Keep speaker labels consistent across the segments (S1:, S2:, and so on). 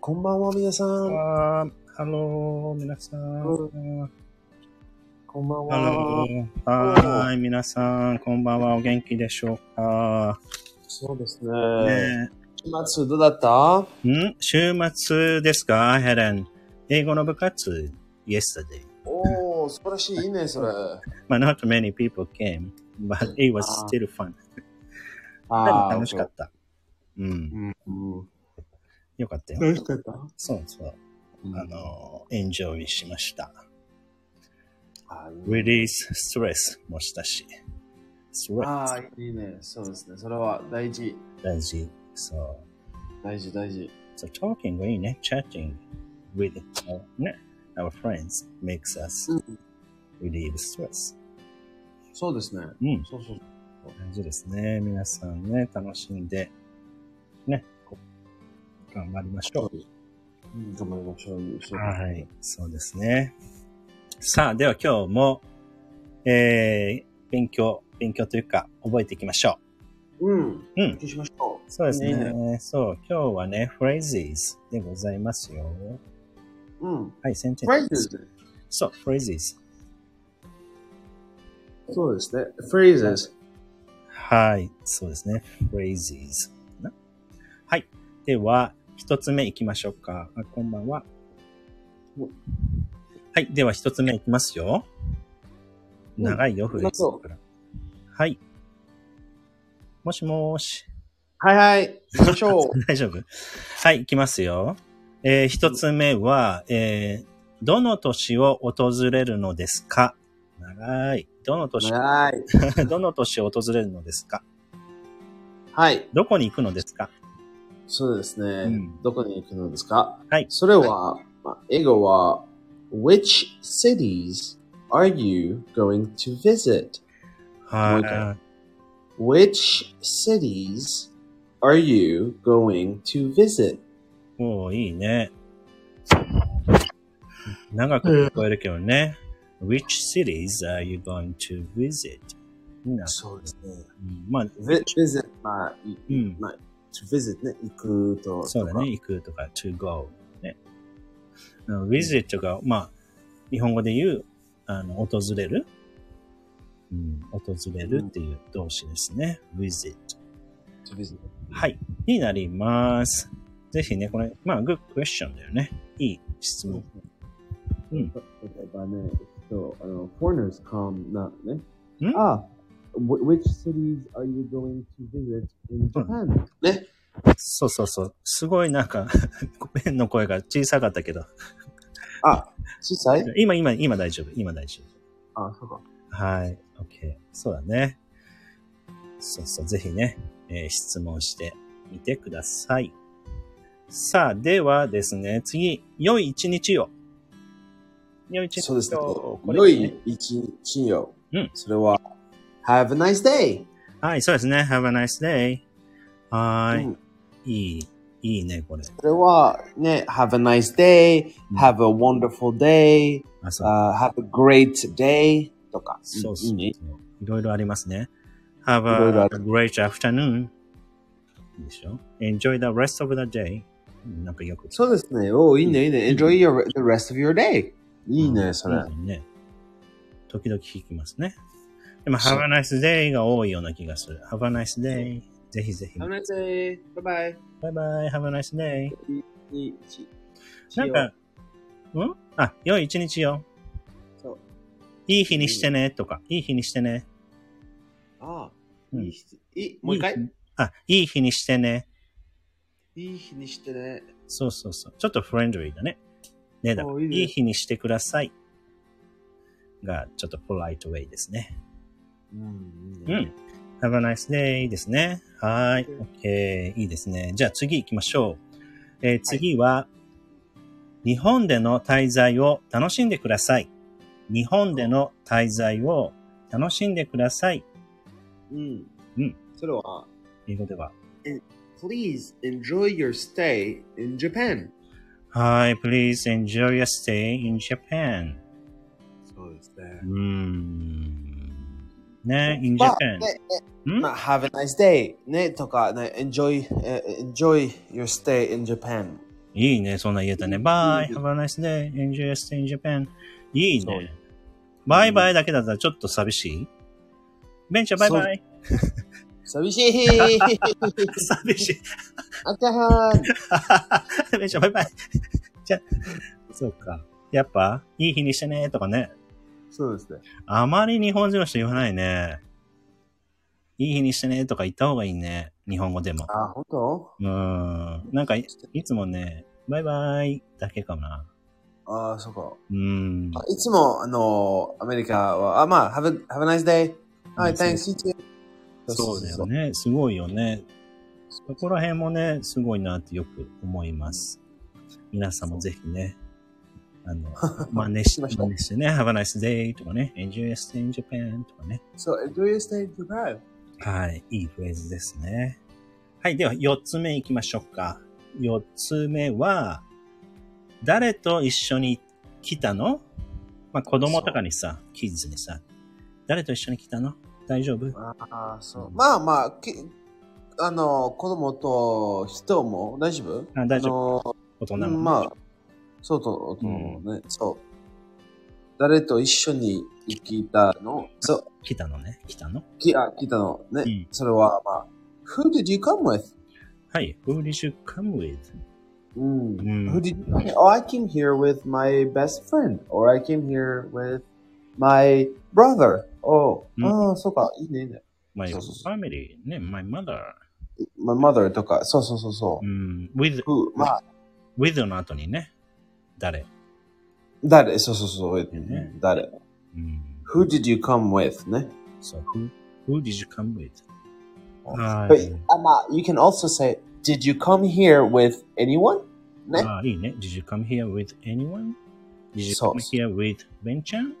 S1: こんばんは、皆さん。
S2: あー、ハロー、皆さん。
S1: うこんばん
S2: ハロ
S1: は。
S2: ー。はーい、皆さん、こんばんは。お元気でしょうか、
S1: そうですね。
S2: ね
S1: 週末どうだった
S2: ん週末ですかヘレン。英語の部活 ?yesterday.
S1: おー、素晴らしい。いいね、それ。
S2: まあ、not many people came, but it was
S1: あー
S2: still fun.
S1: あ
S2: 楽しかった。うん。
S1: うんうん
S2: よかったよ。
S1: 楽しかった
S2: そうそう。あの、エンジョイしました。
S1: あいいね
S2: release stress もしたし。ストレ
S1: あー、いいね。そうですね。それは大事。
S2: ス大事。そう。
S1: 大事、大事。
S2: So talking がいいね。chatting with our, ね our friends makes us
S1: うん
S2: relieve stress.
S1: そうですね。
S2: うん。
S1: そうそう。
S2: 大事ですね。皆さんね、楽しんで、ね、こ頑張りましょ。
S1: うん頑張りましょう。そうう
S2: はい。そうですね。さあ、では今日も、えー、勉強、勉強というか、覚えていきましょ
S1: うん。
S2: う。うん
S1: 勉。強しましょう。
S2: そうですね。
S1: いいね
S2: そう、今日はね、phrases でございますよ。
S1: うん。
S2: はい、センテ
S1: フレ
S2: ン
S1: ー
S2: ス。
S1: ズ。
S2: そう、phrases。
S1: そうですね。フレーズ。
S2: はい、そうですね。phrases。なはい。では、一つ目いきましょうか。あこんばんは
S1: お。
S2: はい。では、一つ目いきますよ。
S1: うん
S2: 長いよ、フレーズ
S1: 行きましょう
S2: から。はい。もしもーし。
S1: はいはい。行きましょう。
S2: 大丈夫はい、いきますよ。えー一つ目は、えーどの年を訪れるのですか長い。どの年、
S1: はい。
S2: どの年を訪れるのですか
S1: はい。
S2: どこに行くのですか
S1: そうですね。
S2: ん
S1: どこに行くのですか
S2: はい
S1: それは、まあ英語は、Which cities are you going to visit? もう一
S2: は
S1: 回 Which cities are you going to visit?
S2: い。おおいいね。長く聞こえるけどね。Which cities are you going to visit? いいな。
S1: そうですね。
S2: うんまあ、
S1: Vi- visit, まあ、い
S2: うん。
S1: まあ、to visit ね、行くと。
S2: そうだ
S1: とか
S2: ね。。行くとか、to go。ね。あの visit が、まあ、日本語で言う、あの、訪れる。うん、訪れるっていう動詞ですね。visit。
S1: to visit.
S2: はい。になります。ぜひね、これ、まあ、good question だよね。いい質問。うん
S1: 例えばね、そう、あの、foreigners come なね。
S2: ん
S1: あ、wh- which cities are you going to visit in
S2: そうな
S1: Japan? ね。
S2: そうそうそう。すごいなんか、 ごめんの声が小さかったけど。
S1: あ、小さい
S2: 今、今、今大丈夫。今大丈夫。
S1: あ、そうか。
S2: はい。OK。そうだね。そうそう。ぜひね、えー質問してみてください。さあ、ではですね、次、良い一日を。良い一日
S1: そ
S2: を。
S1: うですね。
S2: これ
S1: 良い一日よ。
S2: うん
S1: それは、Have a nice day!
S2: はい、そうですね。Have a nice day. はーい、
S1: うん
S2: いい、いいね、これ。
S1: それは、ね、Have a nice day,
S2: うん
S1: Have a wonderful day,
S2: あ、そう。
S1: uh, Have a great day とか。
S2: そうそ
S1: い
S2: う
S1: い
S2: そ。
S1: うね
S2: いろいろありますね。Have
S1: いろいろ
S2: a
S1: ある
S2: great afternoon. でしょ ?Enjoy the rest of the day. うんなんかよく
S1: そうですね。おいいね、いいね。Enjoy your, the rest of your day. いいね、それ。
S2: うんね。時々聞きますね。でも、
S1: そう
S2: Have a nice day が多いような気がする。Have a nice day. ぜひぜひ。バ
S1: a nice day. Bye
S2: イバイ。Have a nice day.
S1: bye.
S2: なんか、うんあ、良い一日よ。
S1: そう
S2: いい日にしてね、とか。いい日にしてね。
S1: ああ、
S2: うん
S1: いい日、いもう一
S2: いい
S1: 回
S2: 日あ、いい日にしてね。
S1: いい日にしてね。
S2: そうそうそう。ちょっとフレンドリーだね。ねだから
S1: おいいね
S2: いい日にしてください。が、ちょっとポライトウェイですね。
S1: うん、いい
S2: うん
S1: ね。。
S2: Have a nice day ですね。はーい。OK。いいですね。じゃあ次行きましょう。えー次は、日本での滞在を楽しんでください。日本での滞在を楽しんでください。
S1: うん。
S2: うん。
S1: それは、
S2: 英語では。
S1: Please enjoy your stay in Japan.
S2: Hi, please enjoy your stay in Japan.
S1: そうですね
S2: うー。ん。ね、in
S1: まあ
S2: Japan.
S1: ね
S2: ん
S1: まあ、Have Uh, a nice day ねとか、ね、enjoy, えー enjoy your stay in Japan.
S2: いいね。そんな言えたね。Bye. Have a nice day. Enjoy your stay in Japan. いい
S1: そう
S2: ね。バイバイだけだったらちょっと寂しいベンチャーバイバイ。
S1: 寂しい
S2: 寂 しい。
S1: あちゃはー
S2: ベンチャーバイバイ。じゃあ、そうか。やっぱ、いい日にしてね、とかね。
S1: そうですね。
S2: あまり日本人の人言わないね。いい日にしてね、とか言った方がいいね。日本語でも。
S1: あ、本当
S2: うーん。なんかい、いつもね、バイバイだけかな。
S1: ああ、そうか。
S2: うーん。
S1: あいつも、あのーアメリカは、あ、まあ、have ah, a, have a nice day. はい、
S2: そう
S1: thanks, you too.
S2: そうだよ。ね。すごいよね。そこら辺もね、すごいなってよく思います。皆さんもぜひね、あの、真似し
S1: しま
S2: 真
S1: しょう
S2: 似してね、Have a nice day とかね、Enjoy your stay in Japan とかね。
S1: そう、enjoy your stay in Japan.
S2: はい、いいフレーズですね。はい、では4つ目行きましょうか。4つ目は、誰と一緒に来たのまあ、子供とかにさ、キッズにさ、誰と一緒に来たの大丈夫
S1: ああ、そう。まあまあ、きあのー子供と人も大丈夫
S2: あ大丈
S1: 夫。
S2: 大
S1: あ
S2: 人
S1: のー
S2: も。
S1: まあ、そうと、とね、そう。誰と一緒に行きたのそう、
S2: 来たのね。来たの
S1: きあ、来たのね。
S2: うん
S1: それは、まあ、Who did you come with?
S2: はい。Who did you come with?
S1: うん
S2: うん
S1: Who did Oh, I came here with my best friend, or I came here with my brother. Oh,
S2: うん
S1: ああ、そうか、いいね、いいね。
S2: My
S1: そうそうそ
S2: family. ね、my mother.
S1: My mother とか、そうそうそうそうう。
S2: ん。with,
S1: Who? まあ、
S2: with の後にね。誰
S1: 誰そうそうそう、
S2: ね
S1: 誰
S2: うん。
S1: ?Who did you come with? ね。
S2: So, who, who did you come with? は
S1: But, あまあ、you can also say, Did you come here with anyone? ね。
S2: ああ、いいね。Did you come here with anyone? Did you
S1: そう
S2: come here with Ben ちゃん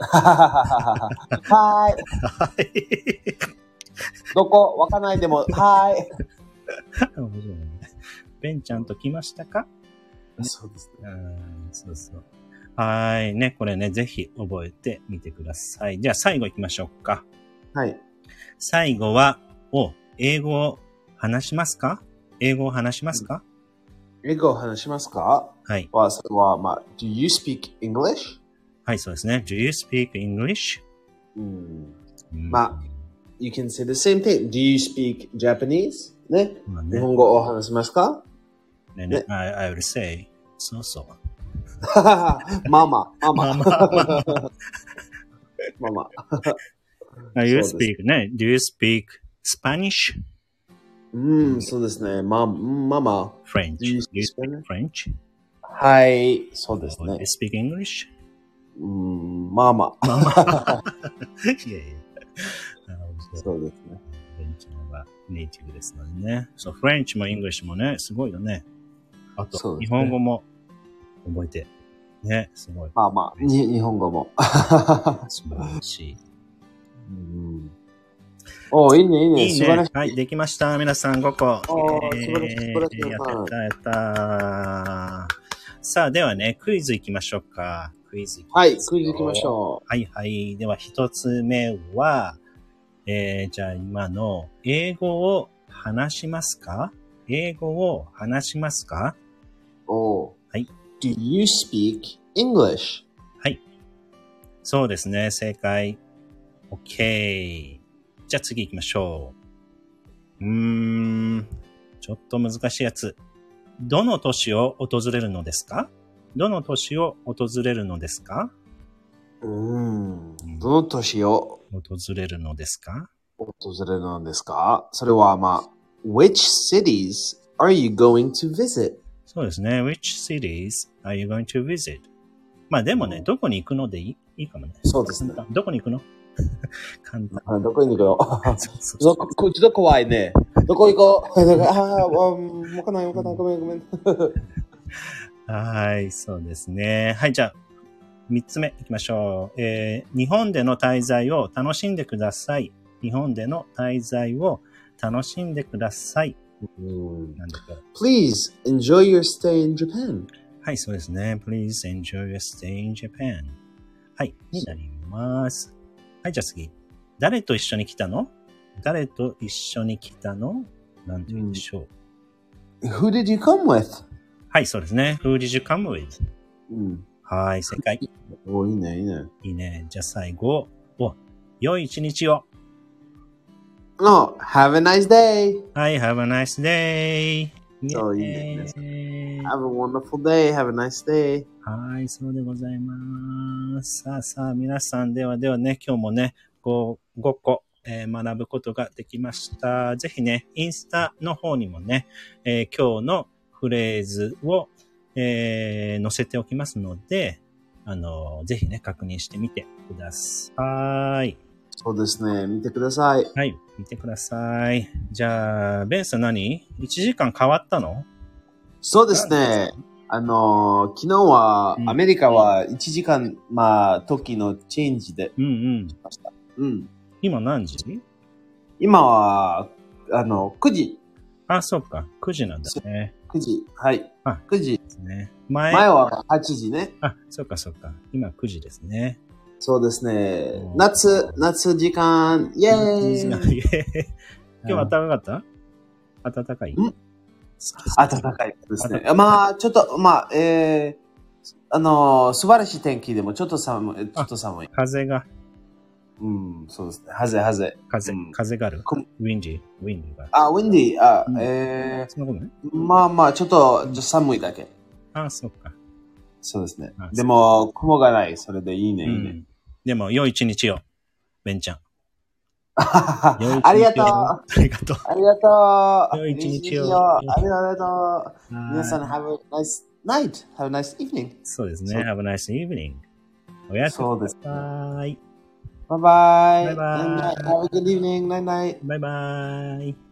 S1: はーい。
S2: はい。
S1: どこわかんないでも、はーい。
S2: 面白いねベンちゃんと来ましたか
S1: そうですね。
S2: うんそうそう。はい。ね、これね、ぜひ覚えてみてください。じゃあ最後行きましょうか。
S1: はい。
S2: 最後は、お、英語を話しますか英語を話しますか、
S1: 英語を話しますか
S2: はい。
S1: は、それは、まあ、Do you speak English?
S2: はい、そうですね。Do you speak English?
S1: うん。
S2: うん
S1: まあ、You can say the same thing. Do you speak Japanese? ね。
S2: まあ
S1: 日
S2: ね
S1: 本語を話します か
S2: ねね I, I will say, そうそう。
S1: ママ、ママ
S2: まあ、まあまあ
S1: ママ。
S2: Are you
S1: そうで
S2: speak ね Do you speak Spanish?
S1: うん、そうですね。マうんママ。
S2: French?
S1: Do you
S2: Do you
S1: speak
S2: speak French?
S1: はい、そうです
S2: Or Do
S1: ね
S2: you。speak English?
S1: うん、ママ。
S2: いやいや。あ面白い
S1: そうですね。
S2: ベンチの方がネイティブですのでね。そう、フレンチもイングリッシュもね、すごいよね。あ
S1: そ
S2: と、
S1: うで
S2: 日
S1: すね
S2: 本語も覚えて。ね、すごい。
S1: まあまあ、に日本語も。
S2: 素晴らしい。
S1: うんおいいね、いいね。
S2: いい
S1: 素晴ら
S2: ね
S1: し。
S2: はい、できました。皆さん5個。
S1: おー素晴らしい素晴らしい
S2: やったやったやった。さあ、ではね、クイズ行きましょうか。クイズ行きま
S1: は
S2: しょう
S1: い、クイズ行きましょ
S2: はいはい。では、一つ目は、えー、じゃあ今の、英語を話しますか英語を話しますか
S1: う。お
S2: はい。
S1: Do you speak English?
S2: そうですね、正解。OK。じゃあ次行きましょう。うーん、ちょっと難しいやつ。どの都市を訪れるのですかどの都市を訪れるのですか
S1: うん。どの年を
S2: 訪れるのですか
S1: 訪れるのですかそれはまあ、Which cities are you going to visit?
S2: そうですね。Which cities are you going to visit? まあでもね、どこに行くのでいいいいかもね。
S1: そうですね
S2: 簡単どこに行くの 簡 単。
S1: あどこに行くの
S2: そうそ
S1: ど
S2: う
S1: ここちょっと怖いね。どこ行こう なんかああ、うんわかんないわかんない。ごめんごめん。
S2: はい、そうですね。はい、じゃあ、三つ目行きましょう。えー日本での滞在を楽しんでください。日本での滞在を楽しんでください。なんだか。
S1: Please enjoy your stay in Japan.
S2: はい、そうですね。Please enjoy your stay in Japan. はい、になります。はい、じゃあ次。誰と一緒に来たの誰と一緒に来たのなんて言うんでしょう。
S1: Who did you come with?
S2: はい、そうですね。Who did you come with?
S1: うん。
S2: はい、正解。
S1: おいいね、いいね。
S2: いいね。じゃあ最後。お、良い一日を。
S1: Oh, have a nice day.
S2: はい、Have a nice day!
S1: そういいです Have
S2: ね
S1: a wonderful day. Have a nice day.
S2: はい、そうでございます。さあさあ、皆さん、ではではね、今日もね、5, 5個、えー学ぶことができました。ぜひね、インスタの方にもね、えー今日のフレーズを、えー載せておきますので、あの、ぜひね、確認してみてください。
S1: そうですね。見てください。
S2: はい、見てください。じゃあ、ベンさん何 ?1 時間変わったの
S1: そうですね。あのー、昨日は
S2: う、ん
S1: アメリカは1時間、まあ、時のチェンジで
S2: うんうん。
S1: ました。うん。
S2: 今何時
S1: 今は、あの、9時。
S2: あ、そうか。9時なんだね。
S1: 9時。はい
S2: あ。
S1: 9時。
S2: ですね。前
S1: 前は8時ね。
S2: あ、そうかそうか。今9時ですね。
S1: そうですね
S2: うん。
S1: 夏、夏時間。イェ
S2: 今
S1: ーイ
S2: 日は暖かかった暖かい
S1: うん暖かいですね。まあ、ちょっと、まあ、えー、あのー、素晴らしい天気でもちょっと寒い、ちょっと寒い。
S2: 風が、
S1: うん、そうですね。はぜはぜ。
S2: 風、
S1: うん
S2: 風がある
S1: こ
S2: ウィンジー、ウィンジーが。
S1: あ、ウィンディー、あ、
S2: うん
S1: え
S2: そんなことない
S1: ー、まあまあ、ちょっと、ちょっと寒いだけ。
S2: あ、そうか。
S1: そうですね
S2: あ。
S1: でも、雲がない。それでいいね、
S2: う
S1: いいね。
S2: んでも、良い一日を、ベンち ゃん。
S1: あ
S2: 良い
S1: り
S2: 一日を
S1: がとう。
S2: ありがとう。
S1: ありがとう。
S2: 良い一日を
S1: ありがとう。皆さん、
S2: はい
S1: have a nice night. Have a nice evening.
S2: そうです
S1: そう
S2: ね。Have a nice evening. おやすみ
S1: そうですね。
S2: なさい。
S1: Bye bye.
S2: Bye bye.
S1: Night, night. Have a good evening. Night night.
S2: バイバイ。